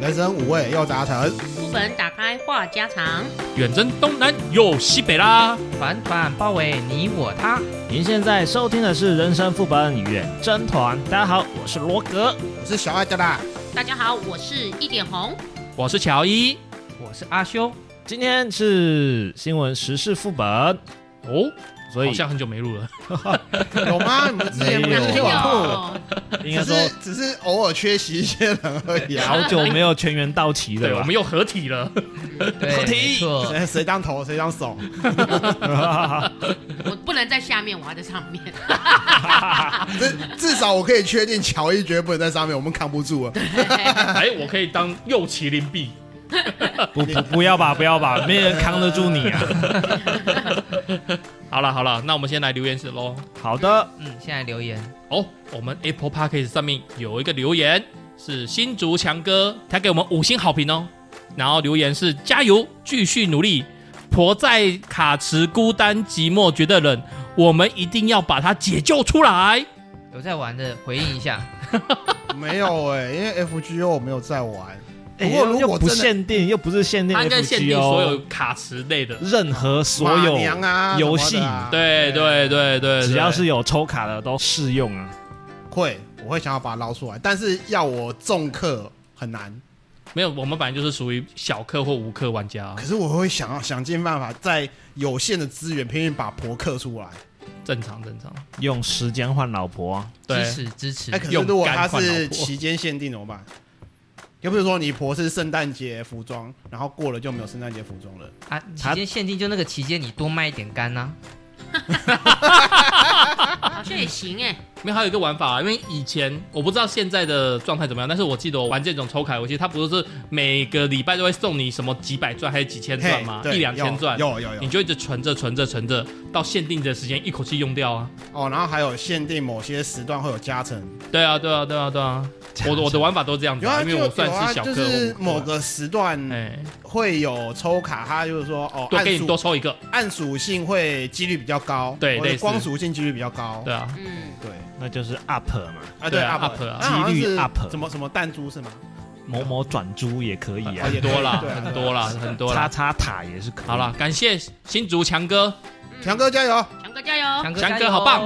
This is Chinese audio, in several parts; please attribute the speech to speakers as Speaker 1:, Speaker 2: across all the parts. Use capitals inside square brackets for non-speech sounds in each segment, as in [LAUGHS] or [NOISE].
Speaker 1: 人生五味又杂陈，
Speaker 2: 书本打开话家常，
Speaker 3: 远征东南又西北啦。
Speaker 4: 反反包围你我他。
Speaker 5: 您现在收听的是《人生副本远征团》，大家好，我是罗格。
Speaker 1: 我是小爱的啦。
Speaker 2: 大家好，我是一点红，
Speaker 3: 我是乔伊
Speaker 4: 我是
Speaker 1: [LAUGHS]
Speaker 4: 阿修，
Speaker 5: 今天是新闻时事副本，
Speaker 3: 哦，
Speaker 5: 所以
Speaker 3: 好像很久没录了。
Speaker 1: 有吗？你们之前不
Speaker 5: 没有
Speaker 1: 是有吐？
Speaker 5: 应该
Speaker 1: 只
Speaker 5: 说
Speaker 1: 是只是偶尔缺席一些人而已
Speaker 5: [LAUGHS]
Speaker 1: 啊。
Speaker 5: 好久没有全员到齐
Speaker 3: 对，
Speaker 5: 了
Speaker 3: 我
Speaker 5: 吧
Speaker 3: 们？又合体
Speaker 5: [LAUGHS]
Speaker 3: 了。
Speaker 4: 对，
Speaker 5: 合体
Speaker 4: 没错，
Speaker 1: 谁谁当头谁当手？
Speaker 2: 我不能在下面，我要在上面。
Speaker 1: 至至少我可以确定，乔伊绝对不能在上面，我们扛不住了。啊
Speaker 3: 哎，我可以当右麒麟臂。
Speaker 5: 不不不要吧，不要吧，没人扛得住你啊！
Speaker 3: [LAUGHS] 好了好了，那我们先来留言室喽。
Speaker 5: 好的，
Speaker 4: 嗯，现在留言，
Speaker 3: 哦，我们 Apple Podcast 上面有一个留言是新竹强哥，他给我们五星好评哦。然后留言是加油，继续努力。婆在卡池孤单寂寞觉得冷，我们一定要把他解救出来。
Speaker 4: 有在玩的回应一下。
Speaker 1: 没有哎、因为 FGO 我没有在玩。不
Speaker 5: 哎
Speaker 1: 过如
Speaker 5: 又
Speaker 1: 果
Speaker 5: 不
Speaker 1: 真的
Speaker 5: 限定，又不是限定
Speaker 3: 他应该限定
Speaker 5: FGO
Speaker 3: 所有卡池类的。
Speaker 5: 任何所有
Speaker 1: 马娘啊
Speaker 5: 游
Speaker 1: 什
Speaker 5: 戏
Speaker 1: 么的啊
Speaker 3: 对对对对，
Speaker 5: 只
Speaker 3: 对
Speaker 5: 要是有抽卡的都适用啊。
Speaker 1: 会，我会想要把它捞出来，但是要我重氪很难。
Speaker 3: 没有，我们本来就是属于小氪或无氪玩家啊
Speaker 1: 可，是我会想要想尽办法，在有限的资源，拼命把婆氪出来。
Speaker 3: 正常正常。
Speaker 5: 用时间换老婆啊，
Speaker 3: 对
Speaker 4: 支，持支持
Speaker 1: 哎、，可是
Speaker 3: 用
Speaker 1: 如果
Speaker 3: 干
Speaker 1: 它
Speaker 3: 换
Speaker 1: 是
Speaker 3: 老婆
Speaker 1: 期间限定怎么办？又不是说你婆是圣诞节服装，然后过了就没有圣诞节服装了。
Speaker 4: 啊，期间限定就那个期间，你多卖一点干啊呐。
Speaker 2: 好像也行哎，
Speaker 3: 因为还有一个玩法、啊，因为以前我不知道现在的状态怎么样，但是我记得我玩这种抽卡游戏，它不是每个礼拜都会送你什么几百钻还是几千钻
Speaker 1: 嘿
Speaker 3: 吗？
Speaker 1: 对
Speaker 3: 一两千钻，
Speaker 1: 有有有
Speaker 3: 你
Speaker 1: 有
Speaker 3: 就一直存着存着存着，到限定的时间一口气用掉啊。
Speaker 1: 哦，然后还有限定某些时段会有加成，
Speaker 3: 对啊对啊对啊对啊，我的我的玩法都这样子
Speaker 1: 有
Speaker 3: 啊、
Speaker 1: 啊，
Speaker 3: 因
Speaker 1: 就
Speaker 3: 为我算
Speaker 1: 有啊，
Speaker 3: 是小氪，
Speaker 1: 就是
Speaker 3: 我无氪
Speaker 1: 某个时段
Speaker 3: 哎，
Speaker 1: 会有抽卡，它就是说哦，
Speaker 3: 多
Speaker 1: 按
Speaker 3: 给你
Speaker 1: 属
Speaker 3: 多抽一个，
Speaker 1: 按属性会几率比较高，
Speaker 3: 对
Speaker 1: 或者
Speaker 3: 类似
Speaker 1: 光属性几率比较高，
Speaker 3: 对啊，
Speaker 2: 嗯，
Speaker 1: 对
Speaker 5: 那就是 up 嘛，
Speaker 1: 啊
Speaker 3: 对
Speaker 1: 对
Speaker 3: 啊 up 啊
Speaker 1: 那好像
Speaker 5: 几率
Speaker 1: 是
Speaker 5: up
Speaker 1: 什么什么弹珠是吗？
Speaker 5: 某某转租也可以啊
Speaker 1: 哦，也
Speaker 3: 很多啦
Speaker 1: [LAUGHS] 对啊对啊
Speaker 3: 很多啦很多
Speaker 5: 叉
Speaker 3: 啦。
Speaker 5: 叉塔也是可以。
Speaker 3: 好，了，感谢新竹强哥，
Speaker 1: 强哥加油，
Speaker 2: 强哥加
Speaker 1: 哦
Speaker 2: 油！
Speaker 4: 强哥
Speaker 3: 强
Speaker 4: 加
Speaker 3: 哥
Speaker 4: 油
Speaker 3: 好
Speaker 4: [LAUGHS]
Speaker 3: 棒！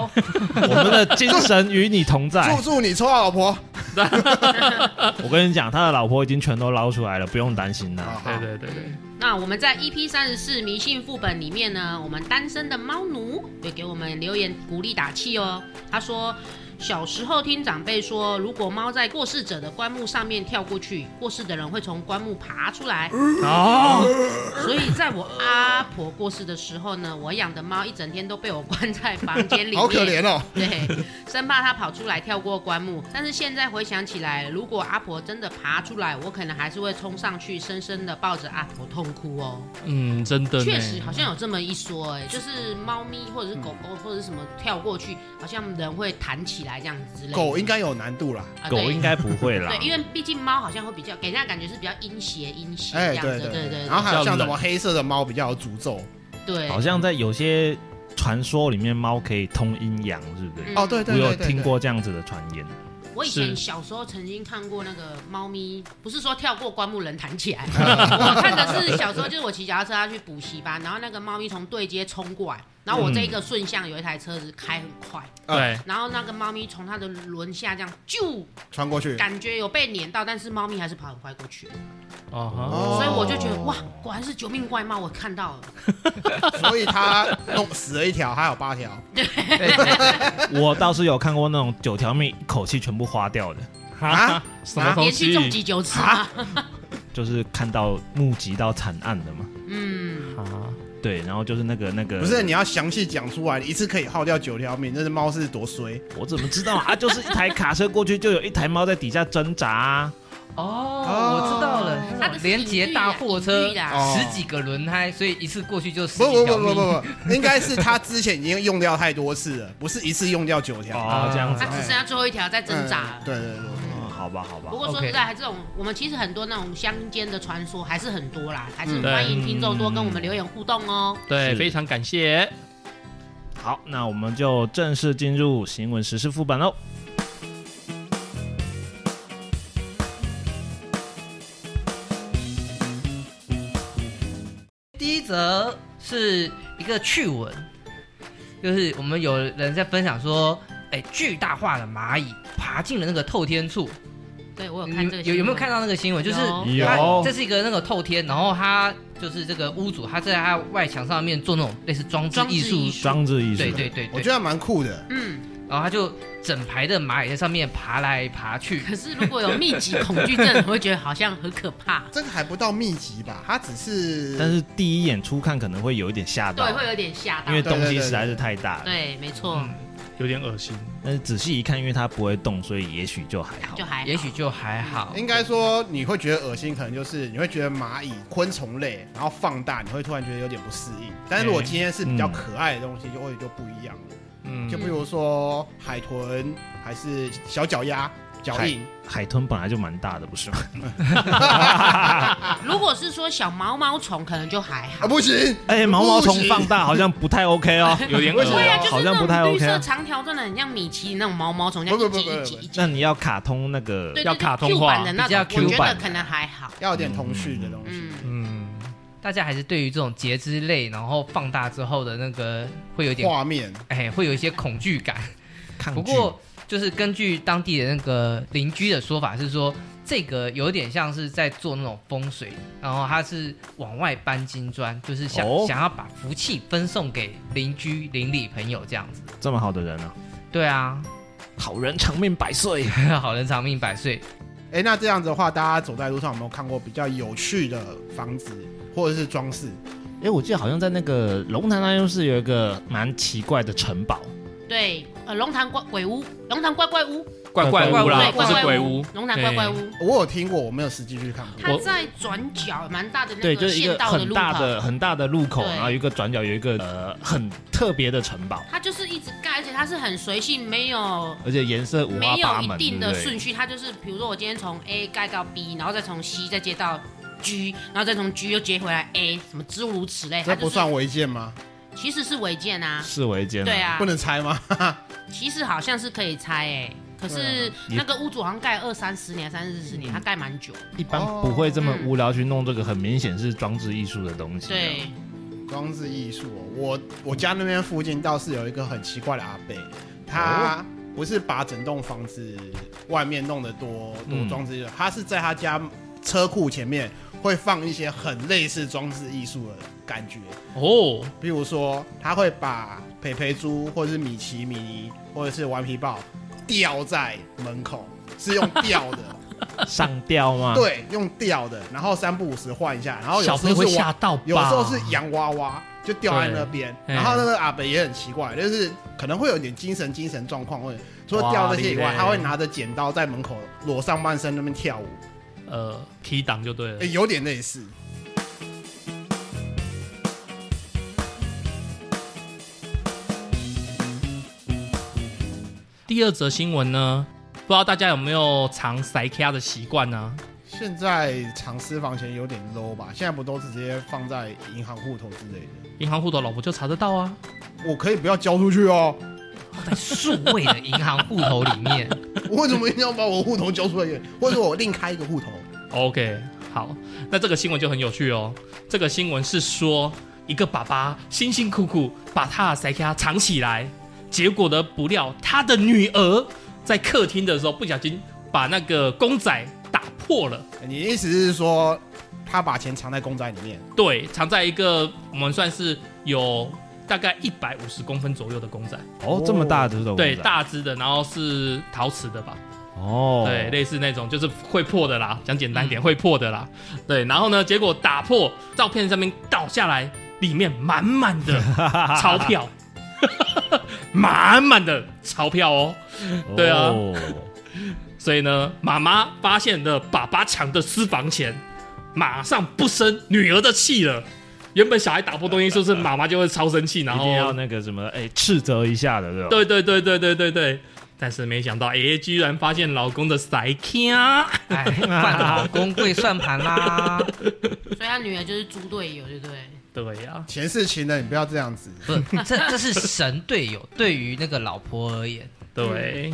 Speaker 5: 我们的精神与你同在
Speaker 1: [LAUGHS] 祝。祝你抽到老婆。
Speaker 5: 我跟你讲，他的老婆已经全都捞出来了，不用担心啦。
Speaker 3: 啊对对对对。
Speaker 2: [LAUGHS] 那我们在 EP 三十四迷信副本里面呢，我们单身的猫奴也给我们留言鼓励打气哦。他说，小时候听长辈说，如果猫在过世者的棺木上面跳过去，过世的人会从棺木爬出来。
Speaker 1: 啊
Speaker 3: 哦，
Speaker 2: 所以在我阿婆过世的时候呢，我养的猫一整天都被我关在房间里面，
Speaker 1: 好可怜哦！
Speaker 2: 对，生怕它跑出来跳过棺木。但是现在回想起来，如果阿婆真的爬出来，我可能还是会冲上去，深深的抱着阿婆痛哭哦。
Speaker 3: 嗯，真的呢，
Speaker 2: 确实好像有这么一说、哎，就是猫咪或者是狗狗或者是什么跳过去，好像人会弹起来这样子之类的。
Speaker 1: 狗应该有难度啦，
Speaker 2: 啊
Speaker 5: 狗
Speaker 2: 对
Speaker 5: 应该不会啦
Speaker 2: 对，，因为毕竟猫好像会比较给人家感觉是比较阴邪阴邪这
Speaker 1: 哎
Speaker 2: 样
Speaker 1: 对
Speaker 2: 子，对对
Speaker 1: 然后还有像
Speaker 3: 比较
Speaker 1: 什
Speaker 3: 冷
Speaker 1: 么黑色的猫比较有诅咒
Speaker 2: 对，
Speaker 5: 好像在有些传说里面，猫可以通阴阳，是不是？
Speaker 2: 嗯
Speaker 1: 哦，对
Speaker 5: 我
Speaker 1: 对
Speaker 5: 有
Speaker 1: 对对，
Speaker 5: 听过这样子的传言。
Speaker 2: 我以前
Speaker 3: 是
Speaker 2: 小时候曾经看过那个猫咪，不是说跳过棺木人弹起来，我看的是小时候就是我骑脚踏车要去补习班，然后那个猫咪从对街冲过来，然后我这一个顺向有一台车子开很快，
Speaker 3: 对，
Speaker 2: 然后那个猫咪从它的轮下这样就
Speaker 1: 对穿过去，
Speaker 2: 感觉有被碾到，但是猫咪还是跑很快过去，
Speaker 3: 哦
Speaker 1: 哦
Speaker 2: 所以我就觉得哇，果然是九命怪猫，我看到了，
Speaker 1: 所以它弄死了一条，还有八
Speaker 5: [LAUGHS]
Speaker 1: 条，
Speaker 5: [LAUGHS]
Speaker 1: [LAUGHS]
Speaker 5: 我倒是有看过那种九条命一口气全部花掉的，
Speaker 3: 哈，
Speaker 1: 啊
Speaker 3: 什么东
Speaker 2: 连续中
Speaker 3: 西
Speaker 2: 几九次嘛，
Speaker 5: 就是看到目击到惨案的嘛。
Speaker 2: 嗯，
Speaker 3: 啊？
Speaker 5: 对，然后就是那个那个，
Speaker 1: 不是你要详细讲出来，你一次可以耗掉九条命，那只猫是多
Speaker 5: [LAUGHS]
Speaker 1: 衰，
Speaker 5: 我怎么知道啊？啊就是一台卡车过去，就有一台猫在底下挣扎、啊。
Speaker 4: 哦，我知道
Speaker 2: 它
Speaker 4: 了
Speaker 2: 的，是啊
Speaker 4: 连接大货车
Speaker 2: 隐喻啦
Speaker 1: 哦
Speaker 4: 十几个轮胎，所以一次过去就十
Speaker 1: 不
Speaker 4: 几
Speaker 1: 不
Speaker 4: 条
Speaker 1: 不
Speaker 4: 命。
Speaker 1: 不不不，应该是它之前已经用掉太多次了，不是一次用掉九条，
Speaker 5: 哦，这样子
Speaker 2: 它
Speaker 5: 啊。
Speaker 2: 只剩下最后一条在挣扎了
Speaker 1: 嗯。对对对对，
Speaker 5: 哦，好吧，好吧
Speaker 2: 不。过说
Speaker 4: OK
Speaker 2: 实在，还这种我们其实很多那种乡间的传说还是很多啦，还是
Speaker 1: 嗯
Speaker 2: 欢迎听众多跟
Speaker 5: 嗯
Speaker 2: 我们留言互动哦。
Speaker 3: 对，
Speaker 5: 是
Speaker 3: 非常感谢。
Speaker 5: 好，那我们就正式进入新闻时事副本喽。
Speaker 4: 则是一个趣闻，就是我们有人在分享说，哎，巨大化的蚂蚁爬进了那个透天处，
Speaker 2: 对我有
Speaker 4: 你
Speaker 2: 看这个
Speaker 4: 嗯有有没有看
Speaker 2: 到？
Speaker 4: 到那个新闻？就是
Speaker 2: 有
Speaker 4: 它
Speaker 5: 有
Speaker 4: 这是一个那个透天，然后它就是这个屋主，他在他外墙上面做那种类似装置
Speaker 2: 装置
Speaker 4: 艺术，
Speaker 2: 艺术
Speaker 5: 装置艺术，
Speaker 4: 对对对
Speaker 1: 我
Speaker 4: 对
Speaker 1: 觉，得蛮酷的。
Speaker 2: 嗯，
Speaker 4: 然后他就整排的蚂蚁在上面爬来爬去，
Speaker 2: 可是如果有密集恐惧症，我会觉得好像很可
Speaker 4: [LAUGHS]
Speaker 2: 怕。
Speaker 1: 这个还不到密集吧，它只是，
Speaker 5: 但是第一眼初看可能会有一点吓到
Speaker 2: 对，，会有点吓到
Speaker 5: 因为。东西实在是太大了。
Speaker 2: 对，没错，
Speaker 4: 嗯，
Speaker 3: 有点恶心。
Speaker 5: 但是仔细一看，因为它不会动，所以也许就还好
Speaker 2: 就。还好
Speaker 4: 也许就还好，
Speaker 1: 应该说你会觉得恶心，可能就是你会觉得蚂蚁昆虫类，然后放大，你会突然觉得有点不适应。但是如果今天是比较可爱的东西，就会就不一样了。
Speaker 3: 嗯
Speaker 1: 就比如说海豚，还是小脚丫、脚印，
Speaker 5: 海豚本来就蛮大的，不是吗？
Speaker 2: 啊如果是说小毛毛虫，可能就还好
Speaker 1: 啊，。不行，
Speaker 5: 哎，毛毛虫放大好像不太 OK 哦。
Speaker 3: 有点恶
Speaker 1: 为什
Speaker 3: 心
Speaker 1: 么
Speaker 2: 对啊，就是
Speaker 5: 好像
Speaker 2: 那
Speaker 5: 不太
Speaker 2: 种绿
Speaker 5: OK
Speaker 2: 色
Speaker 5: 啊
Speaker 2: 长条状的，很像米奇那种毛毛虫，这
Speaker 1: 不
Speaker 2: 样
Speaker 1: 不
Speaker 2: 一
Speaker 1: 不
Speaker 2: 集
Speaker 1: 不不
Speaker 2: 一集一集，
Speaker 5: 那你要卡通那个
Speaker 2: 对，
Speaker 3: 要
Speaker 2: 对对
Speaker 3: 卡通
Speaker 2: Q 版
Speaker 3: 化
Speaker 2: 的那
Speaker 4: 比较
Speaker 2: 种，我
Speaker 4: Q
Speaker 2: 觉
Speaker 4: 版
Speaker 2: 得
Speaker 4: 的
Speaker 2: 可能还好。
Speaker 1: 要有点童趣的东西
Speaker 2: 嗯。，
Speaker 3: 嗯，
Speaker 4: 大家还是对于这种节肢类，然后放大之后的那个会有
Speaker 2: 嗯
Speaker 4: 点，
Speaker 1: 画面，
Speaker 4: 哎，会有一些恐惧感。
Speaker 5: 抗
Speaker 4: 不
Speaker 5: 拒。
Speaker 4: 过就是根据当地的那个邻居的说法是说，这个有点像是在做那种风水，然后他是往外搬金砖，就是想、
Speaker 5: 哦
Speaker 4: 想要把福气分送给邻居、邻里朋友这样子。
Speaker 5: 这么好的人啊，
Speaker 4: 对啊， [LAUGHS]
Speaker 5: 好人长命百岁。
Speaker 4: 好人长命百岁。
Speaker 1: 哎，那这样子的话，大家走在路上有没有看过比较有趣的房子或者是装饰？
Speaker 5: 哎，我记得好像在那个龙潭那就是有一个蛮奇怪的城堡，
Speaker 2: 对，呃，龙潭怪鬼屋，龙潭怪怪屋，
Speaker 3: 怪怪
Speaker 5: 怪
Speaker 3: 屋啦，
Speaker 2: 对，
Speaker 3: 或
Speaker 2: 怪
Speaker 3: 是
Speaker 2: 怪
Speaker 3: 鬼屋，
Speaker 2: 龙潭怪怪屋，
Speaker 1: 我有听过，我没有实际去看过。
Speaker 2: 它在转角蛮大的那
Speaker 5: 对，就是一
Speaker 2: 县
Speaker 5: 个
Speaker 2: 道
Speaker 5: 很
Speaker 2: 路
Speaker 5: 大
Speaker 2: 口，
Speaker 5: 的很大的路口，
Speaker 2: 对
Speaker 5: 然后有一个转角有一个呃很特别的城堡，
Speaker 2: 它就是一直盖，而且它是很随性，没有
Speaker 5: 而且颜色五花
Speaker 2: 没有
Speaker 5: 八
Speaker 2: 一
Speaker 5: 门，
Speaker 2: 定
Speaker 5: 对
Speaker 2: 的
Speaker 5: 不对
Speaker 2: 顺序，它就是比如说我今天从 A 盖到 B，然后再从 C 再接到 G，然后再从 G 又接回来 A，什么诸如此类，
Speaker 1: 这
Speaker 2: 它就是
Speaker 1: 不算违建吗？
Speaker 2: 其实是违建啊，
Speaker 5: 视为间
Speaker 2: 对，啊
Speaker 1: 不，能拆吗？
Speaker 2: 其实好像是可以拆哎、可是那个屋主好像盖二三十年、三四十年，他盖蛮久。
Speaker 5: 一般不会这么
Speaker 2: 哦嗯
Speaker 5: 无聊去弄这个，很明显是装置艺术的东西。啊
Speaker 2: 对，，
Speaker 1: 装置艺术哦、我我家那边附近倒是有一个很奇怪的阿伯，他
Speaker 3: 哦
Speaker 1: 不是把整栋房子外面弄得多多
Speaker 5: 嗯
Speaker 1: 装置艺术，他是在他家车库前面会放一些很类似装置艺术的感觉，
Speaker 3: 哦，
Speaker 1: 比如说他会把培培猪或者是米奇米妮或者是顽皮豹吊在门口，是用吊
Speaker 3: [LAUGHS]
Speaker 1: 的。
Speaker 5: 上吊吗？，
Speaker 1: 对，用吊的，然后三不五时换一下，然后有
Speaker 3: 哦小
Speaker 1: 时
Speaker 3: 朋友
Speaker 1: 候
Speaker 3: 会
Speaker 1: 是
Speaker 3: 吓
Speaker 1: 娃，
Speaker 3: 到吧？
Speaker 1: 有时候是洋娃娃就吊在那边，
Speaker 3: 对
Speaker 1: 然后那个阿北也很奇怪，就是可能会有点精神精神状况，或者除了
Speaker 3: 哇
Speaker 1: 吊那些以外
Speaker 3: 你，嘞
Speaker 1: 他会拿着剪刀在门口裸上半身那边跳舞，
Speaker 3: 呃 key 档就对了
Speaker 1: 诶。有点类似。
Speaker 3: 第二则新闻呢，不知道大家有没有常塞卡的习惯啊呢？
Speaker 1: 现在藏私房钱有点 low 吧？现在不都是直接放在银行户头之类的？
Speaker 3: 银行户头老婆就查得到啊。
Speaker 1: 我可以不要交出去哦， [LAUGHS]
Speaker 4: 在数位的银行户头里面，
Speaker 1: 我为什么一定要把我户头交出来？或者我另开一个户头？
Speaker 3: OK，好，那这个新闻就很有趣哦。这个新闻是说，一个爸爸辛辛苦苦把他的塞卡藏起来，结果呢，不料他的女儿在客厅的时候不小心把那个公仔打破了。
Speaker 1: 你意思是说他把钱藏在公仔里面？
Speaker 3: 对，藏在一个我们算是有大概一百五十公分左右的公仔，
Speaker 5: 哦，这么大的这种，
Speaker 3: 对，大只的，然后是陶瓷的吧，
Speaker 5: 哦，嗯
Speaker 3: 对，，类似那种就是会破的啦，讲简单一点，会破的啦，对，然后呢，结果打破照片上面倒下来，里面满满
Speaker 5: [LAUGHS]
Speaker 3: 的钞票， [LAUGHS] 满满的钞票哦，对啊
Speaker 5: 哦
Speaker 3: 所以呢，妈妈发现了爸爸抢的私房钱，马上不生女儿的气了。原本小孩打破东西，是不是妈妈就会超生气，然
Speaker 5: 一
Speaker 3: 后
Speaker 5: 定要那个什么，哎，斥责一下的，对吧？
Speaker 3: 对对对对对对对。但是没想到，诶，居然发现老公的塞卡，
Speaker 4: 哎，犯老公跪算盘啦。
Speaker 2: 所以他女儿就是猪队友，对不对？
Speaker 3: 对呀、
Speaker 1: 钱是情人，你不要这样子。
Speaker 4: 不，这这是神队友，对于那个老婆而言，
Speaker 3: 对，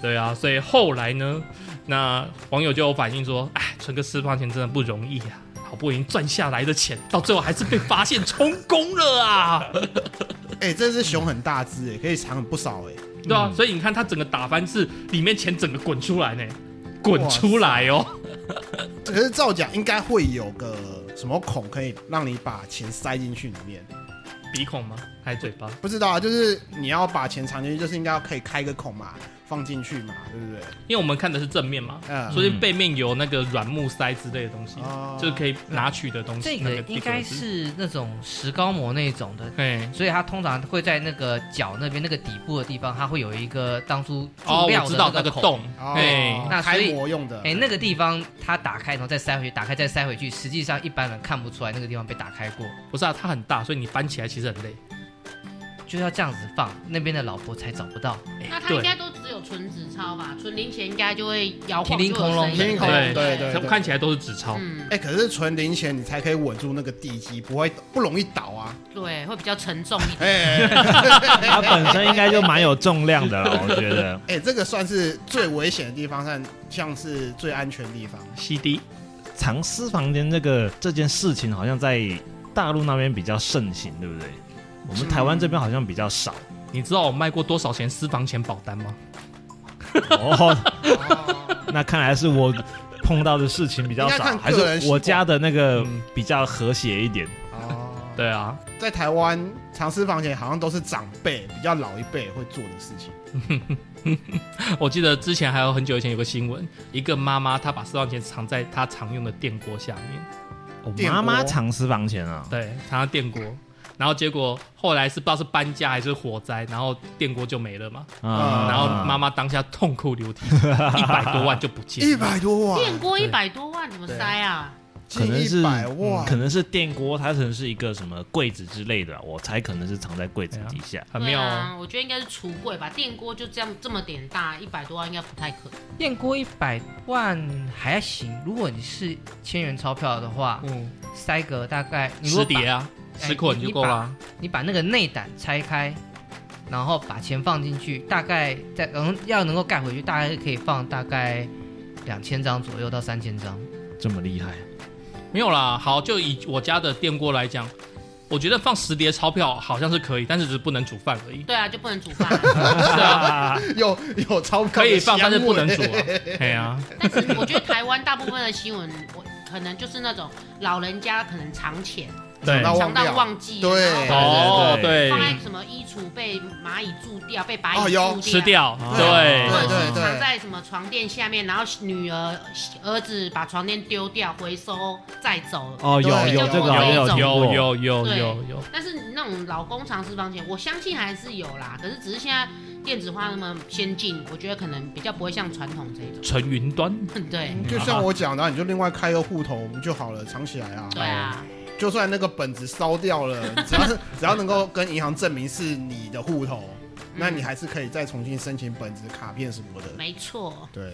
Speaker 3: 对啊，所以后来呢，那网友就有反映说，哎，存个私房钱真的不容易啊，好不容易赚下来的钱，到最后还是被发现充公
Speaker 1: [LAUGHS]
Speaker 3: 了啊！
Speaker 1: 哎、这只熊很大只，哎，可以藏很不少，哎，
Speaker 3: 对啊，
Speaker 5: 嗯
Speaker 3: 所以你看它整个打翻是里面钱整个滚出来呢，滚出来
Speaker 1: [LAUGHS]
Speaker 3: 哦。
Speaker 1: 可是照讲应该会有个什么孔可以让你把钱塞进去里面，
Speaker 3: 鼻孔吗？还是嘴巴？
Speaker 1: 不知道啊，就是你要把钱藏进去，就是应该要可以开个孔嘛，放进去嘛，对不对？
Speaker 3: 因为我们看的是正面嘛，
Speaker 1: 嗯，
Speaker 3: 所以背面有那个软木塞之类的东西，
Speaker 1: 哦
Speaker 3: 就是可以拿取的东西。
Speaker 4: 这
Speaker 3: 那
Speaker 4: 个应
Speaker 3: 地
Speaker 4: 该
Speaker 3: 格子，
Speaker 4: 是那种石膏模那种的，
Speaker 3: 哎，
Speaker 4: 所以它通常会在那个脚那边那个底部的地方，它会有一个当初
Speaker 3: 哦，
Speaker 4: 注料
Speaker 3: 我知道
Speaker 4: 的
Speaker 3: 那个
Speaker 4: 孔。
Speaker 3: 洞，
Speaker 1: 哦
Speaker 3: 哎，
Speaker 4: 那所
Speaker 1: 开
Speaker 4: 以
Speaker 1: 模用的，
Speaker 4: 哎、那个地方它打开，然后再塞回去，打开再塞回去，实际上一般人看不出来那个地方被打开过，
Speaker 3: 不是啊，它很大，所以你搬起来其实很累。
Speaker 4: 就要这样子放，那边的老婆才找不到。
Speaker 3: 哎
Speaker 2: 那他应
Speaker 3: 对，
Speaker 2: 该都只有存纸钞吧？存零钱应该就会摇晃，
Speaker 4: 天灵
Speaker 2: 就有声音
Speaker 4: 恐龙
Speaker 1: 天空
Speaker 3: 对
Speaker 1: 对对
Speaker 3: 它
Speaker 1: 对，
Speaker 3: 看起来都是纸钞。
Speaker 2: 嗯，
Speaker 1: 哎、可是存零钱你才可以稳住那个地基，不会不容易倒啊。
Speaker 2: 对，会比较沉重一
Speaker 1: 哎、
Speaker 2: 点。
Speaker 5: 它本身应该就蛮有重量的了，我觉得。
Speaker 1: [LAUGHS] 哎、这个算是最危险的地方，算像是最安全的地方。
Speaker 3: CD
Speaker 5: 藏私房钱这个这件事情，好像在大陆那边比较盛行，对不对？我们台湾这边好像比
Speaker 1: [LAUGHS]
Speaker 5: 较少。
Speaker 3: 你知道我卖过多少钱私房钱保单
Speaker 1: 嗯
Speaker 3: 吗？
Speaker 5: 哦，那看来是我碰到的事情比较
Speaker 1: 应该
Speaker 5: 少，
Speaker 1: 看
Speaker 5: 还
Speaker 1: 个人习惯
Speaker 5: 是我家的那个
Speaker 3: 嗯
Speaker 5: 比较和谐一点。
Speaker 1: 哦，
Speaker 3: 对啊， [LAUGHS]
Speaker 1: 在台湾藏私房钱好像都是长辈比较老一辈会做的事情。
Speaker 3: 我记得之前还有很久以前有个新闻，一个妈妈她把私房钱藏在她常用的电锅下面，
Speaker 5: 哦
Speaker 1: 电锅
Speaker 5: 妈妈藏私房钱啊，
Speaker 3: 对，藏在电锅，然后结果后来是不知道是搬家还是火灾，然后电锅就没了嘛，
Speaker 1: 啊
Speaker 3: 然后妈妈当下痛哭流
Speaker 1: [LAUGHS]
Speaker 3: 涕，一百多万就不见
Speaker 1: 一
Speaker 3: 了，
Speaker 1: 百多万，
Speaker 2: 电锅一百多万怎么塞啊？
Speaker 5: 可
Speaker 1: 近
Speaker 5: 能是
Speaker 1: 一百
Speaker 5: 嗯
Speaker 1: 万，
Speaker 5: 可能是电锅，它可能是一个什么柜子之类的，我猜可能是藏在柜子底
Speaker 1: 哎
Speaker 5: 下。
Speaker 3: 很
Speaker 2: 对
Speaker 3: 妙哦。
Speaker 2: 啊，我觉得应该是橱柜吧，电锅就这样这么点大，一百多万应该不太可能。
Speaker 4: 电锅一百万还行，如果你是千元钞票的话，
Speaker 3: 嗯，
Speaker 4: 塞个大概你如
Speaker 3: 十
Speaker 4: 果把
Speaker 3: 叠啊，
Speaker 4: 啊哎
Speaker 3: 十捆就够了啊。
Speaker 4: 你把那个内胆拆开，然后把钱放进去，大概在嗯要能够盖回去，大概可以放大概两千张左右到三千张。
Speaker 5: 这么厉害，
Speaker 3: 没有啦，好，就以我家的电锅来讲，我觉得放十叠钞票好像是可以，但是只是不能煮饭而已。
Speaker 2: 对啊，就不能煮饭。
Speaker 3: 是啊，
Speaker 1: 有有钞票
Speaker 3: 可以放，
Speaker 1: 的
Speaker 3: 但是
Speaker 1: 香
Speaker 3: 不能
Speaker 1: 味
Speaker 3: 煮啊。哎呀，
Speaker 2: 但是我觉得台湾大部分的新闻，我可能就是那种老人家可能藏钱，
Speaker 3: 对
Speaker 4: 哦
Speaker 1: 到
Speaker 2: 藏到
Speaker 1: 掉
Speaker 2: 忘记，
Speaker 1: 对
Speaker 2: 然后
Speaker 3: 哦，对
Speaker 2: 放，在什么衣橱被蚂蚁蛀掉，被白
Speaker 1: 哦
Speaker 2: 蚁
Speaker 1: 有
Speaker 2: 蛀
Speaker 3: 吃掉，对
Speaker 1: 对
Speaker 2: 或
Speaker 1: 对
Speaker 2: 者是藏在什么床垫下面，然后女儿、儿子把床垫丢掉，回收再走。
Speaker 5: 哦，有
Speaker 1: 对
Speaker 5: 有这个好
Speaker 2: 有
Speaker 5: 像有听过
Speaker 3: 有有有
Speaker 2: 对
Speaker 3: 有有，
Speaker 2: 但是那种老公藏私房钱，我相信还是有啦。可是只是现在电子化那么先进，我觉得可能比较不会像传统这种。 [LAUGHS]
Speaker 3: 纯云端，
Speaker 2: 对
Speaker 1: 就像我讲的啊，你就另外开个户头就好了，藏起来啊。
Speaker 2: 对啊，
Speaker 1: 就算那个本子烧掉了，
Speaker 3: [LAUGHS]
Speaker 1: 你只要是只要能够跟银行证明是你的户头，那你还是可以再重新申请本子、卡片什么的。
Speaker 2: 没错。
Speaker 1: 对，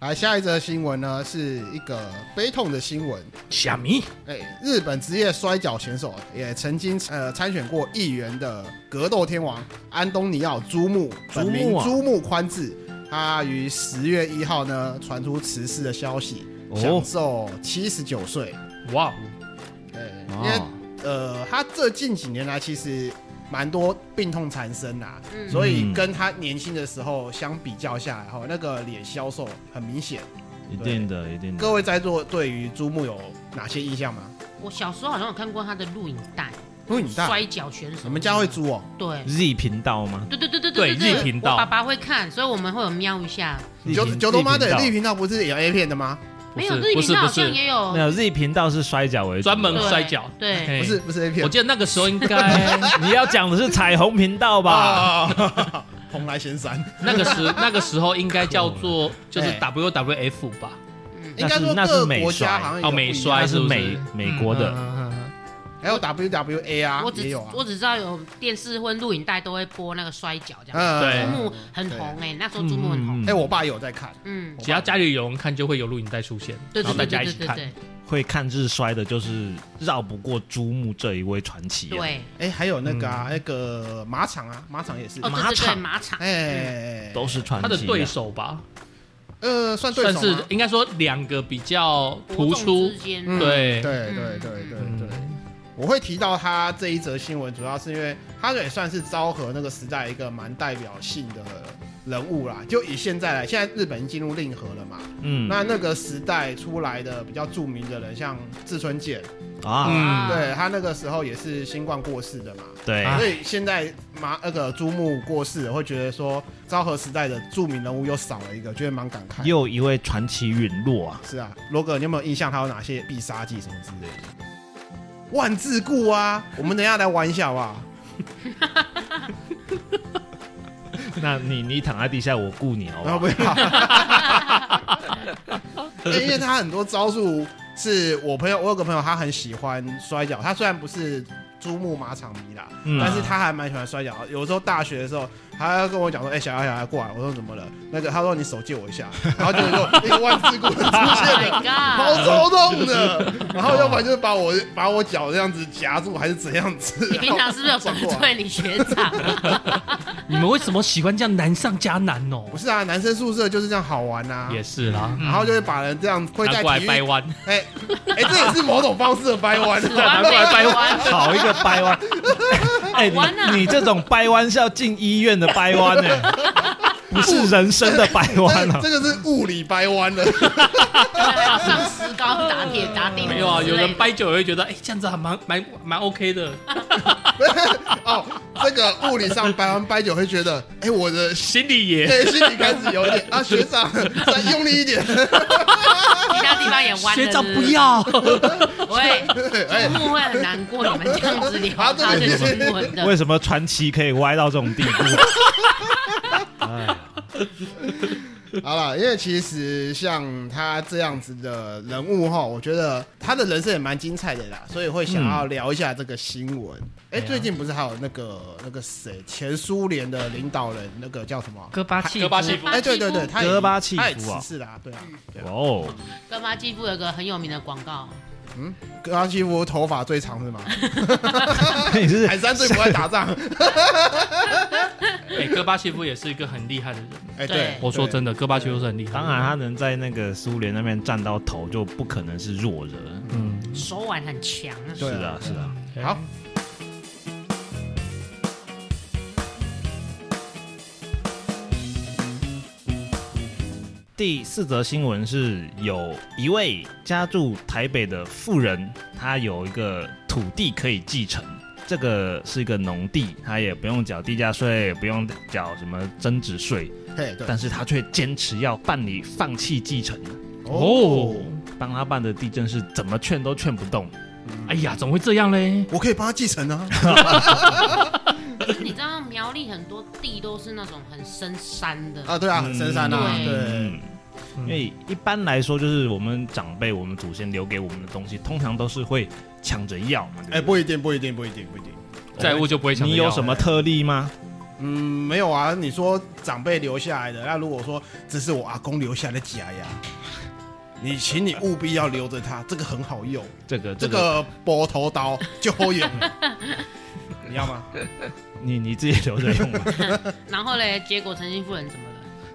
Speaker 1: 来下一则新闻呢，是一个悲痛的新闻。
Speaker 3: 虾米
Speaker 1: 哎、日本职业摔跤选手也曾经呃参选过议员的格斗天王安东尼奥朱木，本名
Speaker 5: 朱木啊
Speaker 1: 朱木宽治，他于十月一号呢传出辞世的消息，
Speaker 5: 哦
Speaker 1: 享受七十九岁。
Speaker 3: 哇哦，
Speaker 1: 哎、因为
Speaker 5: 哦，
Speaker 1: 呃，他这近几年来其实蛮多病痛缠身啦、
Speaker 2: 嗯
Speaker 1: 所以跟他年轻的时候相比较下来，哈，那个脸消瘦很明显。
Speaker 5: 嗯一定的，一定的。
Speaker 1: 各位在座对于朱木有哪些印象吗？
Speaker 2: 我小时候好像有看过他的录影带，
Speaker 1: 录影带
Speaker 2: 摔跤选手。
Speaker 1: 你们家会？租哦、
Speaker 2: 对
Speaker 5: Z 频道吗？
Speaker 2: 对对对对
Speaker 3: 对
Speaker 2: 对，
Speaker 3: 日频道
Speaker 2: 我爸爸会看，所以我们会有瞄一下。
Speaker 1: 九
Speaker 5: Z 频
Speaker 1: 九头妈的
Speaker 5: 道
Speaker 1: 绿频道不是有 A 片的吗？
Speaker 3: 不
Speaker 2: 没
Speaker 3: 是
Speaker 2: 有日
Speaker 3: 不
Speaker 2: 频
Speaker 3: 是
Speaker 2: 道好
Speaker 3: 不
Speaker 2: 像
Speaker 3: 是，
Speaker 2: 也有
Speaker 5: 没有 Z 频道是摔跤为主，
Speaker 3: 专门
Speaker 2: 哦对
Speaker 3: 摔跤，
Speaker 2: 对，
Speaker 3: 嘿
Speaker 1: 不是，不是 A 片，
Speaker 3: 我记得那个时候应该
Speaker 5: 你要讲的是彩虹频道
Speaker 3: [LAUGHS] 哦
Speaker 5: 吧？
Speaker 1: 吧？蓬莱仙山，
Speaker 3: 那个时那个时候应该叫做就是
Speaker 1: 哎
Speaker 3: WWF 吧，
Speaker 2: 嗯
Speaker 1: 应
Speaker 5: 那是
Speaker 1: 该说
Speaker 5: 那是
Speaker 1: 各
Speaker 5: 美
Speaker 1: 国
Speaker 5: 摔
Speaker 1: 家好像有
Speaker 3: 哦美
Speaker 1: 不一
Speaker 3: 摔
Speaker 1: 样
Speaker 5: 那
Speaker 3: 是
Speaker 5: 是
Speaker 3: 不是
Speaker 5: 美美国的，
Speaker 4: 嗯嗯嗯嗯
Speaker 1: 还有 WWA 啊
Speaker 2: 我，
Speaker 1: 也
Speaker 2: 只
Speaker 1: 有啊
Speaker 2: 我。只知道有电视或录影带都会播那个摔跤这样，
Speaker 3: 对
Speaker 2: 祖母很红哎，那时候祖母很红，
Speaker 1: 嗯哎，我爸有在看，
Speaker 2: 嗯，
Speaker 3: 只要家里有人看，就会有录影带出现，
Speaker 2: 对对
Speaker 3: 然后大
Speaker 2: 对
Speaker 3: 家
Speaker 2: 对
Speaker 3: 一
Speaker 2: 对
Speaker 3: 起
Speaker 2: 对
Speaker 3: 看。
Speaker 2: 对
Speaker 5: 会看日衰的，就是绕不过朱木这一位传奇、啊。，
Speaker 2: 哦对，
Speaker 1: 哎，还有那个
Speaker 3: 嗯
Speaker 1: 啊，那个马场啊，马场也是
Speaker 2: 哦，对对对，马场，
Speaker 1: 哎，
Speaker 5: 都是传奇、
Speaker 3: 他
Speaker 5: 啊。
Speaker 3: 的对手吧，
Speaker 1: 呃，算对
Speaker 3: 算
Speaker 1: 手
Speaker 3: 是
Speaker 1: 吗
Speaker 3: 应该说两个比较突
Speaker 2: 伯仲
Speaker 3: 出
Speaker 2: 之。间，
Speaker 1: 嗯
Speaker 3: 对
Speaker 1: 对对对对对，我会提到他这一则新闻，主要是因为他也算是昭和那个时代一个蛮代表性的人物啦。就以现在来，现在日本已经进入令和了嘛，
Speaker 5: 嗯
Speaker 1: 那那个时代出来的比较著名的人，像志村健，
Speaker 3: 嗯
Speaker 5: 啊，
Speaker 2: 啊
Speaker 1: 对他那个时候也是新冠过世的嘛。
Speaker 5: 对，
Speaker 3: 啊
Speaker 1: 所以现在马那个朱木过世了，会觉得说昭和时代的著名人物又少了一个，觉得蛮感慨。
Speaker 5: 又一位传奇陨落
Speaker 3: [LAUGHS]
Speaker 5: 啊。
Speaker 1: 是啊，罗哥，你有没有印象他有哪些必杀技什么之类的？万字固啊，我们等一下来玩一下好不好？
Speaker 5: 那你你躺在地下，我雇你好不
Speaker 1: 然后
Speaker 5: 好？
Speaker 1: 不要， [LAUGHS] 因为他很多招数是我朋友，我有个朋友他很喜欢摔跤，他虽然不是珠穆马场迷啦，
Speaker 5: 嗯
Speaker 1: 但是他还蛮喜欢摔跤。有时候大学的时候，他要跟我讲说：“哎、小姚小姚过来。”我说：“怎么了？”那个他说：“你手借我一下。”然后就有一个万字固出现
Speaker 2: Oh My
Speaker 1: 了。
Speaker 2: God，
Speaker 1: 好抽动的，然后要不然就是把我把我脚这样子夹住，还是怎样子？
Speaker 2: [LAUGHS] 你平常是不是有
Speaker 1: 转
Speaker 2: 得
Speaker 1: 过来啊
Speaker 2: 罪你学
Speaker 3: [LAUGHS]
Speaker 2: 长？
Speaker 3: 你们为什么喜欢这样难上加难哦
Speaker 1: 不？是啊，男生宿舍就是这样好玩呐、
Speaker 3: 也是啦，
Speaker 1: 然后就会把人这样会
Speaker 3: 拿
Speaker 1: 在
Speaker 3: 过来
Speaker 1: 体育，
Speaker 3: 掰
Speaker 1: 哎
Speaker 3: 弯，
Speaker 1: [LAUGHS] 哎、这也是某种方式的掰
Speaker 3: [LAUGHS]
Speaker 1: 弯，啊
Speaker 3: 拿过来掰弯，
Speaker 5: 好一个
Speaker 2: [LAUGHS]
Speaker 5: 掰弯！哎、
Speaker 2: 好弯啊
Speaker 5: 你你这种掰弯是要进医院的掰弯呢、
Speaker 2: [LAUGHS]
Speaker 5: 不是人生的掰弯啊
Speaker 1: 这！这个是物理掰弯了。
Speaker 2: 上石膏打铁打钉，
Speaker 3: 没有啊，有人掰久了会觉得，哎，这样子还蛮蛮蛮
Speaker 1: [LAUGHS]
Speaker 3: OK 的，
Speaker 1: [LAUGHS] 哦，这个物理上掰弯掰久会觉得，哎、我的 [LAUGHS]
Speaker 3: [LAUGHS] 心里也
Speaker 1: 对心里开始有点啊，学长再用力一点，
Speaker 2: 其他地方也弯。
Speaker 3: 学长不，
Speaker 1: [LAUGHS]
Speaker 3: 要，
Speaker 2: 喂，
Speaker 1: 哎、
Speaker 2: 木会很难过，你们这样子聊
Speaker 1: 好
Speaker 2: 他
Speaker 1: 对
Speaker 2: 是
Speaker 1: 对
Speaker 2: 新
Speaker 1: 对
Speaker 2: 闻的
Speaker 5: 为。什么传奇可以歪到这种地步？ [LAUGHS] 哎，
Speaker 1: 好了，因为其实像他这样子的人物哈，我觉得他的人生也蛮精彩的啦，所以会想要聊一下这个新闻。
Speaker 5: 嗯
Speaker 1: 哎、最近不是还有那个那个谁，前苏联的领导人那个叫什么？
Speaker 4: 戈巴契夫
Speaker 3: 戈巴契夫
Speaker 1: 哎、对对对，他也
Speaker 5: 戈巴契夫啊
Speaker 1: 他也辞世啦，对啊，对
Speaker 5: 哇
Speaker 1: 啊
Speaker 5: 哦，
Speaker 2: 干妈继父有个很有名的广告，
Speaker 1: 戈巴契夫头发最长是吗？
Speaker 5: [LAUGHS] 你是
Speaker 1: 海山最不爱打
Speaker 5: [LAUGHS]
Speaker 1: 仗，
Speaker 3: 哎，戈巴契夫也是一个很厉害的人。
Speaker 1: 哎、
Speaker 2: 对
Speaker 1: 对，
Speaker 3: 我说真的，戈巴契夫是很厉害。
Speaker 5: 当然，，啊他能在那个苏联那边站到头，就不可能是弱人。
Speaker 3: 嗯，
Speaker 2: 手腕很强啊。
Speaker 1: 对
Speaker 5: 是啊，是啊。
Speaker 1: 好，
Speaker 5: 第四则新闻是有一位家住台北的富人，他有一个土地可以继承，这个是一个农地，他也不用缴地价税，不用缴什么增值税，
Speaker 1: 嘿，对，
Speaker 5: 但是他却坚持要办理放弃继承。
Speaker 3: 哦，
Speaker 5: 帮他办的地震是怎么劝都劝不动，
Speaker 3: 哎呀，怎么会这样嘞？
Speaker 1: 我可以帮他继承啊。
Speaker 2: 可是你知道苗栗很多地都是那种很深山的，
Speaker 1: 啊，对啊，很深山啊，
Speaker 2: 嗯
Speaker 1: 对
Speaker 5: 嗯，因为一般来说，就是我们长辈、我们祖先留给我们的东西，通常都是会抢着要嘛。
Speaker 1: 哎、不一定，不一定，不一定，不一定。
Speaker 3: 债务就不会抢着
Speaker 5: 哎你
Speaker 3: 要
Speaker 5: 有什么特例吗？
Speaker 1: 嗯，没有啊。你说长辈留下来的，那如果说这是我阿公留下来的假牙，你请你务必要留着它，这个很好
Speaker 3: [LAUGHS]
Speaker 1: 用，
Speaker 5: 这个
Speaker 1: 这个波头刀就好用了，你要
Speaker 3: [LAUGHS]
Speaker 1: 吗？
Speaker 5: 你你自己
Speaker 1: [LAUGHS]
Speaker 5: 留着用吧。
Speaker 2: 然后嘞，结果陈信夫人怎么了？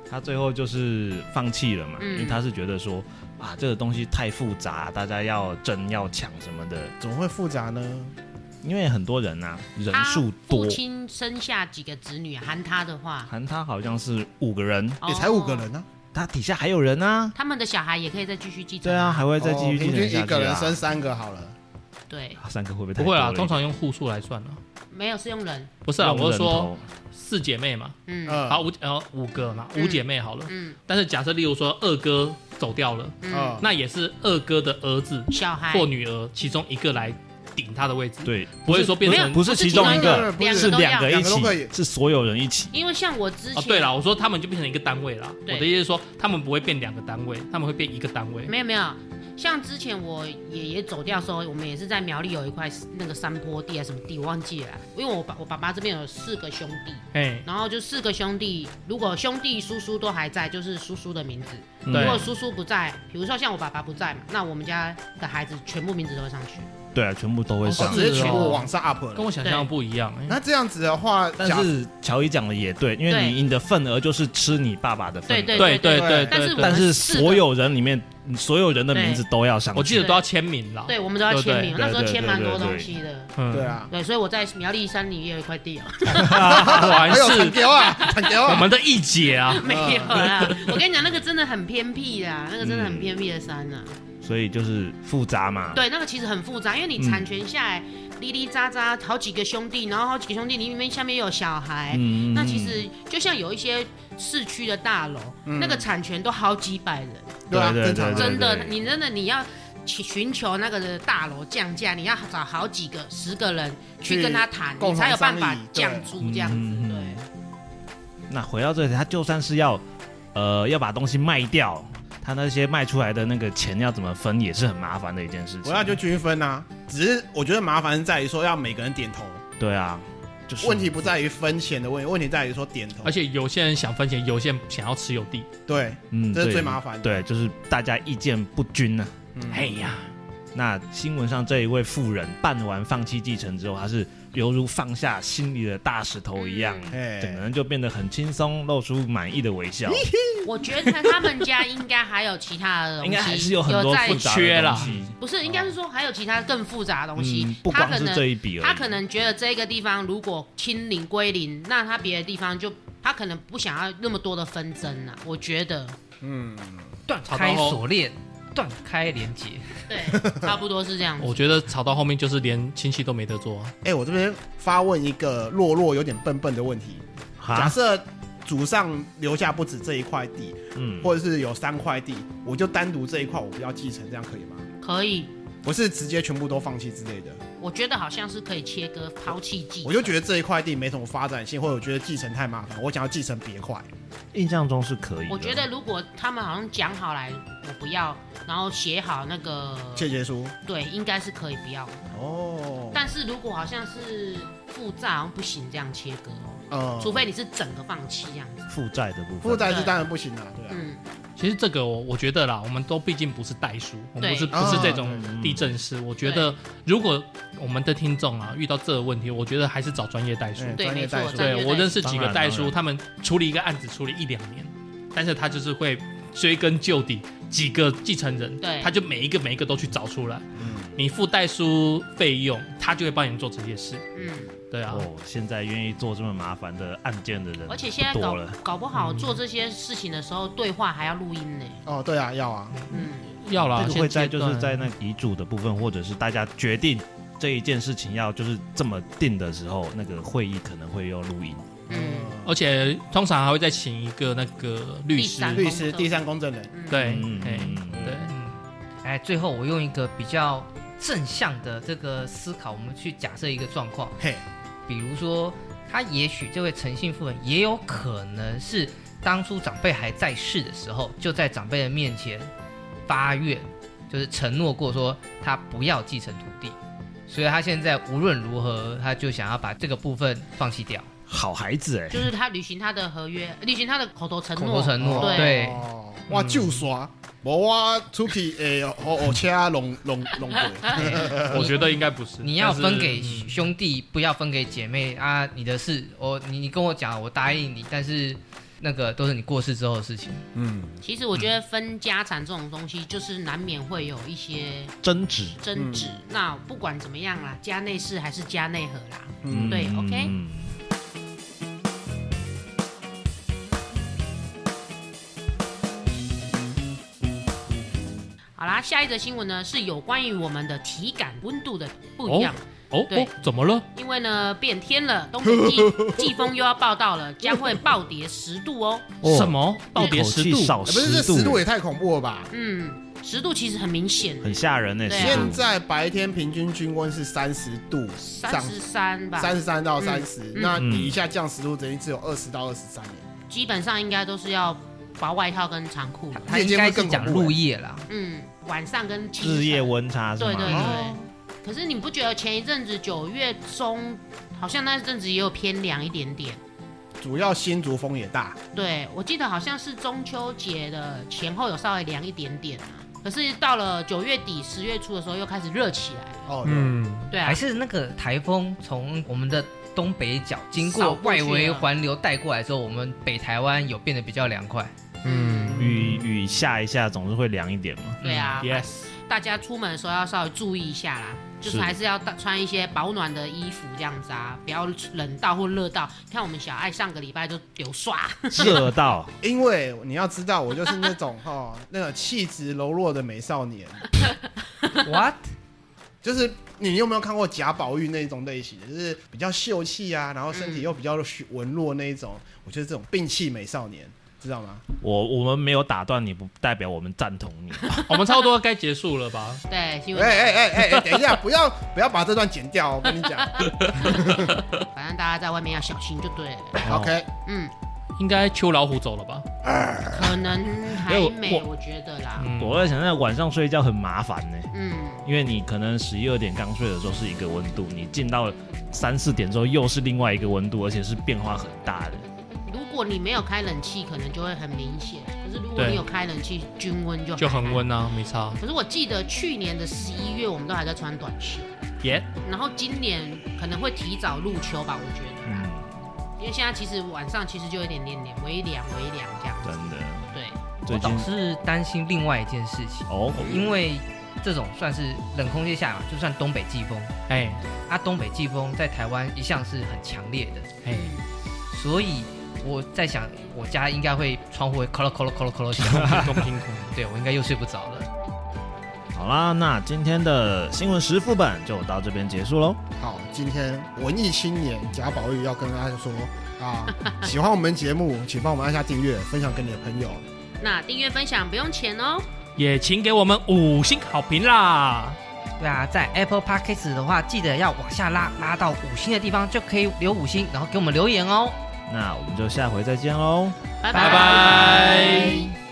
Speaker 5: 他最后就是放弃了嘛，
Speaker 2: 嗯
Speaker 5: 因为他是觉得说啊，这个东西太复杂，大家要争要抢什么的，
Speaker 1: 怎么会复杂呢？
Speaker 5: 因为很多人啊人
Speaker 2: 他
Speaker 5: 数多
Speaker 2: 父，亲生下几个子女，含他的话，
Speaker 5: 含他好像是五个人，
Speaker 3: 哦
Speaker 1: 也才五个人啊呢、
Speaker 5: 他底下还有人啊
Speaker 2: 哦，，他们的小孩也可以再继续继承。
Speaker 5: 对啊，，还会
Speaker 1: 啊，
Speaker 5: 再继续
Speaker 1: 哦
Speaker 5: 进
Speaker 1: 平均一
Speaker 5: 行下去
Speaker 1: 个人生
Speaker 5: 啊。
Speaker 1: 三个好了。
Speaker 2: 对，
Speaker 5: 啊三个会不会太
Speaker 3: 不会
Speaker 5: 多
Speaker 3: 啊，
Speaker 5: 了一
Speaker 3: 通
Speaker 5: 点
Speaker 3: 常用户数来算了。
Speaker 2: 没有是用人，
Speaker 3: 不是啊，
Speaker 5: 用
Speaker 3: 我是
Speaker 5: 人
Speaker 3: 说
Speaker 5: 头
Speaker 3: 四姐妹嘛，
Speaker 2: 嗯
Speaker 5: 啊
Speaker 1: 嗯，
Speaker 3: 好五呃五个嘛，
Speaker 2: 嗯
Speaker 3: 五姐妹好了。
Speaker 2: 嗯
Speaker 3: 但是假设例如说二哥走掉了，
Speaker 1: 哦
Speaker 5: 啊
Speaker 2: 嗯，
Speaker 3: 那也是二哥的儿子
Speaker 2: 小孩
Speaker 3: 或女儿其中一个来顶他的位置，
Speaker 5: 对，
Speaker 3: 不会说变
Speaker 2: 没有
Speaker 3: 成
Speaker 5: 不是其中一个，
Speaker 2: 两
Speaker 5: 是
Speaker 2: 个都
Speaker 5: 两
Speaker 2: 要
Speaker 5: 个一
Speaker 1: 两个都可
Speaker 5: 起
Speaker 1: 以，
Speaker 5: 是所有人一起。
Speaker 2: 因为像我之前，
Speaker 3: 哦，对了，我说他们就变成一个单位了。
Speaker 2: 对
Speaker 3: 我的意思是说，他们不会变两个单位，他们会变一个单位。
Speaker 2: 没有没有，像之前我爷爷走掉的时候，我们也是在苗栗有一块那个山坡地啊什么地，我忘记了啦，因为我爸我爸爸这边有四个兄弟，
Speaker 3: 哎，
Speaker 2: 然后就四个兄弟，如果兄弟叔叔都还在，就是叔叔的名字；
Speaker 5: 嗯
Speaker 2: 如果
Speaker 3: 对
Speaker 2: 叔叔不在，比如说像我爸爸不在嘛，那我们家的孩子全部名字都会上去。
Speaker 5: 对啊，全部都会
Speaker 3: 哦
Speaker 5: 上
Speaker 1: 哦，
Speaker 3: 是。
Speaker 1: 直接全部往上 up
Speaker 3: 跟
Speaker 1: 了。
Speaker 3: 我想象的不一样。哎
Speaker 1: 那这样子的话，
Speaker 5: 但
Speaker 1: 假
Speaker 5: 是乔伊讲的也对，因为
Speaker 2: 对
Speaker 5: 你你的份额就是吃你爸爸的份
Speaker 2: 对
Speaker 5: 额，
Speaker 2: 对
Speaker 3: 对
Speaker 2: 对
Speaker 3: 对
Speaker 1: 对
Speaker 3: 对，
Speaker 2: 但是
Speaker 3: 对
Speaker 2: 我
Speaker 5: 但是
Speaker 2: 们四个
Speaker 5: 所有人里面，所有人的名字都要上去。
Speaker 3: 我记得都要签名啦。
Speaker 2: 对，我们都要
Speaker 3: 对
Speaker 2: 签名，
Speaker 5: 哦对
Speaker 2: 那时候
Speaker 5: 对
Speaker 2: 签
Speaker 5: 对
Speaker 2: 蛮
Speaker 5: 对
Speaker 2: 多
Speaker 5: 对
Speaker 2: 东西的。
Speaker 3: 嗯
Speaker 1: 对，啊，
Speaker 2: 对，所以我在苗栗山里也有一块地哦，
Speaker 3: 嗯果然
Speaker 1: 还有产
Speaker 3: 是
Speaker 1: 给啊，产给
Speaker 3: 我
Speaker 1: 啊，
Speaker 3: 们的一姐啊。
Speaker 2: 没有啦。我跟你讲，那个真的很偏僻啦，那个真的很偏僻的山啊呐、
Speaker 5: 所以就是复杂嘛。
Speaker 2: 对，那个其实很复杂，因为
Speaker 5: 嗯
Speaker 2: 你产权下来，哩哩喳喳好几个兄弟，然后好几个兄弟里面下面有小孩，
Speaker 5: 嗯，嗯
Speaker 2: 那其实就像有一些市区的大楼，那个产权都好几百人，
Speaker 1: 对啊，
Speaker 5: 对对
Speaker 1: 正常
Speaker 5: 嗯对
Speaker 1: 的。
Speaker 2: 真的，你真的你要去寻求那个的大楼降价，你要找好几个、十个人去
Speaker 1: 去
Speaker 2: 跟他谈，你
Speaker 1: 共
Speaker 2: 才
Speaker 1: 同
Speaker 2: 有办
Speaker 1: 商
Speaker 2: 法
Speaker 1: 议对
Speaker 2: 降租这样子。
Speaker 5: 嗯
Speaker 2: 对，
Speaker 5: 那回到这里，他就算是要，呃，要把东西卖掉，他那些卖出来的那个钱要怎么分，也是很麻烦的一件事情。
Speaker 1: 我要就均分啊，只是我觉得麻烦是在于说要每个人点头，
Speaker 5: 对啊，就是
Speaker 1: 问题不在于分钱的问题，问题在于说点头
Speaker 3: 而。且有些人想分钱，有些人想要持有地。
Speaker 1: 对，
Speaker 5: 嗯
Speaker 1: 这是
Speaker 5: 对
Speaker 1: 最麻烦的。
Speaker 5: 对，就是大家意见不均呢、
Speaker 1: 嗯
Speaker 3: 哎呀，
Speaker 5: 那新闻上这一位妇人办完放弃继承之后，他是犹如放下心里的大石头一样，
Speaker 1: 哎
Speaker 5: 整个人就变得很轻松，露出满意的微笑。嗯
Speaker 2: 我觉得他们家应该还有其他的东西，
Speaker 5: [LAUGHS] 应该还是有很多
Speaker 2: 在
Speaker 5: 复杂
Speaker 3: 缺
Speaker 5: 的
Speaker 3: 啦
Speaker 5: 东西，
Speaker 2: 不是，应该是说还有其他更复杂的东西，
Speaker 5: 嗯，不
Speaker 2: 他
Speaker 5: 光
Speaker 2: 可
Speaker 5: 是这
Speaker 2: 能
Speaker 5: 一笔而已。
Speaker 2: 他可能觉得这个地方如果清零归零，那他别的地方就他可能不想要那么多的纷争啊，我觉得。
Speaker 1: 嗯，
Speaker 4: 断开锁链，断开连接。
Speaker 2: 对， [LAUGHS] 差不多是这样子。
Speaker 3: 我觉得吵到后面就是连亲戚都没得做啊。
Speaker 1: 哎，我这边发问一个弱弱有点笨笨的问题：假
Speaker 5: 哈，
Speaker 1: 设祖上留下不止这一块地，
Speaker 5: 嗯，
Speaker 1: 或者是有三块地，我就单独这一块我不要继承，这样可以吗？
Speaker 2: 可以，
Speaker 1: 不是直接全部都放弃之类的，
Speaker 2: 我觉得好像是可以切割抛弃继承。
Speaker 1: 我就觉得这一块地没什么发展性，或者我觉得继承太麻烦，我想要继承别块。
Speaker 5: 印象中是可以的。
Speaker 2: 我觉得如果他们好像讲好来，我不要，然后写好那个，
Speaker 1: 切结书
Speaker 2: 对，应该是可以不要。
Speaker 1: 哦，
Speaker 2: 但是如果好像是负债，好像不行这样切割哦，
Speaker 1: 呃
Speaker 2: 除非你是整个放弃这样子。
Speaker 5: 负债的部分，
Speaker 1: 负债是当然不行啦，对啊，
Speaker 2: 嗯，
Speaker 3: 其实这个我我觉得啦，我们都毕竟不是代书，我们
Speaker 2: 对
Speaker 3: 不是不是这种
Speaker 1: 哦
Speaker 5: 对嗯
Speaker 3: 地震师。我觉得如果我们的听众啊遇到这个问题，我觉得还是找专业代书。
Speaker 1: 嗯
Speaker 2: 对，
Speaker 1: 专业
Speaker 2: 没错
Speaker 1: 代书，
Speaker 2: 专业
Speaker 3: 对我
Speaker 2: 代
Speaker 3: 认识几个代
Speaker 5: 当
Speaker 3: 书，
Speaker 5: 然
Speaker 3: 他们处理一个案子处理一两年，但是他就是会追根究底，几个继承人，
Speaker 2: 对
Speaker 3: 他就每一个每一个都去找出来。
Speaker 1: 嗯，
Speaker 3: 你付代书费用，他就会帮你做这些事。
Speaker 2: 嗯，
Speaker 3: 对啊，
Speaker 5: 哦，现在愿意做这么麻烦的案件的人，
Speaker 2: 而且现在
Speaker 5: 多
Speaker 2: 搞
Speaker 5: 了。
Speaker 2: 搞不好做这些事情的时候，对话还要录音呢。
Speaker 1: 哦，对啊，要啊，
Speaker 2: 嗯，
Speaker 3: 要啦，
Speaker 5: 这个
Speaker 3: 现
Speaker 5: 会在
Speaker 3: 阶
Speaker 5: 就是
Speaker 3: 段
Speaker 5: 在那遗嘱的部分，或者是大家决定这一件事情要就是这么定的时候，那个会议可能会有录音。
Speaker 2: 嗯
Speaker 3: 而且通常还会再请一个那个律
Speaker 2: 第
Speaker 3: 师，
Speaker 2: 三
Speaker 1: 律师、第三公证人，
Speaker 2: 嗯，
Speaker 3: 对，
Speaker 5: 嗯
Speaker 3: 哎
Speaker 5: 嗯嗯
Speaker 3: 对，
Speaker 4: 嗯，哎，最后我用一个比较正向的这个思考，我们去假设一个状况，
Speaker 1: 嘿，
Speaker 4: 比如说，他也许这位诚信妇人也有可能是当初长辈还在世的时候，就在长辈的面前发愿，就是承诺过说他不要继承土地，所以他现在无论如何，他就想要把这个部分放弃掉。
Speaker 5: 好孩子哎、
Speaker 2: 就是他履行他的合约，呃履行他的口头承诺，
Speaker 4: 口头承诺
Speaker 2: 对， [LAUGHS]
Speaker 4: 对
Speaker 1: 哦我就刷，无我出去诶，哦哦车弄弄弄过，
Speaker 2: 呃
Speaker 3: 我觉得应该不是。
Speaker 4: 你要
Speaker 3: 但是
Speaker 4: 分给
Speaker 3: 嗯
Speaker 4: 兄弟，不要分给姐妹啊！你的事，我你你跟我讲，我答应你，但是那个都是你过世之后的事情。
Speaker 1: 嗯，
Speaker 2: 其实我觉得分家产这种东西，就是难免会有一些
Speaker 5: 争执。
Speaker 2: 争执。那不管怎么样啦，家内事还是家内和啦。
Speaker 1: 嗯
Speaker 2: 对，OK
Speaker 5: 嗯
Speaker 2: 好啦，下一则新闻呢是有关于我们的体感温度的不一样，
Speaker 3: 哦
Speaker 2: 对
Speaker 3: 哦，怎么了？
Speaker 2: 因为呢变天了，东北季季 [LAUGHS] 风又要报道了，将会暴跌十度哦。
Speaker 5: 哦
Speaker 3: 什么暴
Speaker 5: 一
Speaker 3: 跌
Speaker 5: 口
Speaker 3: 十
Speaker 5: 气
Speaker 3: 度？
Speaker 5: 少
Speaker 1: 哎不是这
Speaker 5: 度，
Speaker 1: 十度也太恐怖了吧？
Speaker 2: 嗯，十度其实很明显，
Speaker 5: 很吓人哎、
Speaker 2: 对啊
Speaker 5: 欸。
Speaker 1: 现在白天平均均温是三十度
Speaker 2: 三
Speaker 1: 上，
Speaker 2: 十三吧，
Speaker 1: 三十三到三十、
Speaker 2: 嗯
Speaker 1: 那
Speaker 5: 嗯
Speaker 1: 底下降十度等于只有二十到二十三
Speaker 2: 基本上应该都是要薄外套跟长裤了。
Speaker 4: 他
Speaker 1: 夜
Speaker 4: 应
Speaker 1: 间会
Speaker 4: 该是
Speaker 1: 更
Speaker 4: 讲
Speaker 1: 恐怖
Speaker 4: 入夜啦，
Speaker 2: 嗯，晚上跟清晨
Speaker 5: 日夜温差是吗？
Speaker 2: 对对对。
Speaker 5: 哦
Speaker 2: 可是你不觉得前一阵子九月中好像那阵子也有偏凉一点点？
Speaker 1: 主要新竹风也大，
Speaker 2: 对，我记得好像是中秋节的前后有稍微凉一点点啊。可是到了九月底、十月初的时候，又开始热起来了。
Speaker 1: 哦，
Speaker 3: 嗯，
Speaker 2: 对啊
Speaker 4: 还，是那个台风从我们的东北角经
Speaker 2: 扫
Speaker 4: 过
Speaker 2: 过去
Speaker 4: 外围
Speaker 2: 啊
Speaker 4: 环流带过来之后，我们北台湾有变得比较凉快。
Speaker 3: 嗯
Speaker 5: 雨雨下一下总是会凉一点
Speaker 2: [LAUGHS]
Speaker 5: 嘛。
Speaker 2: 对啊，
Speaker 3: ，yes，
Speaker 2: 大家出门的时候要稍微注意一下啦，就是
Speaker 5: 是
Speaker 2: 还是要搭穿一些保暖的衣服这样子啊，不要冷到或热到。你看我们小爱上个礼拜就流刷，
Speaker 5: 热到
Speaker 1: 因为你要知道，我就是那种 [LAUGHS] 哈、那个气质柔弱的美少年，
Speaker 4: [LAUGHS] What？
Speaker 1: 就是你有没有看过贾宝玉那一种类型的，就是比较秀气啊，然后身体又比较文弱那一种，我就是这种病气美少年，知道吗？
Speaker 5: 我我们没有打断你，不代表我们赞同你。
Speaker 3: 我们差不多该结束了吧？
Speaker 2: 对，因
Speaker 1: 哎
Speaker 2: 为
Speaker 1: 哎哎哎哎，等一下，不要不要把这段剪掉、哦，我跟你讲。
Speaker 2: 反正大家在外面要小心就对了。
Speaker 1: OK，
Speaker 2: 嗯，
Speaker 3: 应该秋老虎走了吧？
Speaker 2: 可能还
Speaker 5: 没
Speaker 2: 没，
Speaker 5: 有
Speaker 2: 我觉得啦。
Speaker 3: 嗯，
Speaker 5: 我在想，那晚上睡觉很麻烦呢、
Speaker 2: 嗯，
Speaker 5: 因为你可能十一二点刚睡的时候是一个温度，你进到三四点之后又是另外一个温度，而且是变化很大的。
Speaker 2: 如果你没有开冷气，可能就会很明显。可是如果
Speaker 3: 对
Speaker 2: 你有开冷气，均温就
Speaker 3: 就
Speaker 2: 还
Speaker 3: 恒
Speaker 2: 好。
Speaker 3: 温啊，没差。
Speaker 2: 可是我记得去年的十一月，我们都还在穿短袖，
Speaker 3: 耶、
Speaker 2: 然后今年可能会提早入秋吧，我觉得啦。
Speaker 5: 嗯，
Speaker 2: 因为现在其实晚上其实就有一点点点微凉微凉这样
Speaker 5: 真
Speaker 2: 子，
Speaker 5: 的。
Speaker 2: 对，
Speaker 5: 最
Speaker 4: 我
Speaker 5: 近
Speaker 4: 总是担心另外一件事情，
Speaker 5: 哦，
Speaker 4: 因为这种算是冷空气下嘛，就算东北季风，
Speaker 3: 哎
Speaker 4: 啊，东北季风在台湾一向是很强烈的，
Speaker 3: 哎，
Speaker 4: 所以我在想，我家应该会窗户会咯咯咯咯咯咯响， [LAUGHS]
Speaker 3: 公平公
Speaker 4: 对我应该又睡不着了。
Speaker 5: 好啦，那今天的新闻十副本就到这边结束喽。
Speaker 1: 好，今天文艺青年贾宝玉要跟大家说啊，喜欢我们节目，请帮我们按下订阅，分享给你的朋友。
Speaker 2: 那订阅分享不用钱哦。
Speaker 3: 也请给我们五星好评啦！
Speaker 4: 对啊，在 Apple Podcast 的话，记得要往下拉，拉到五星的地方就可以留五星，然后给我们留言哦。
Speaker 5: 那我们就下回再见喽。
Speaker 2: 拜
Speaker 3: 拜拜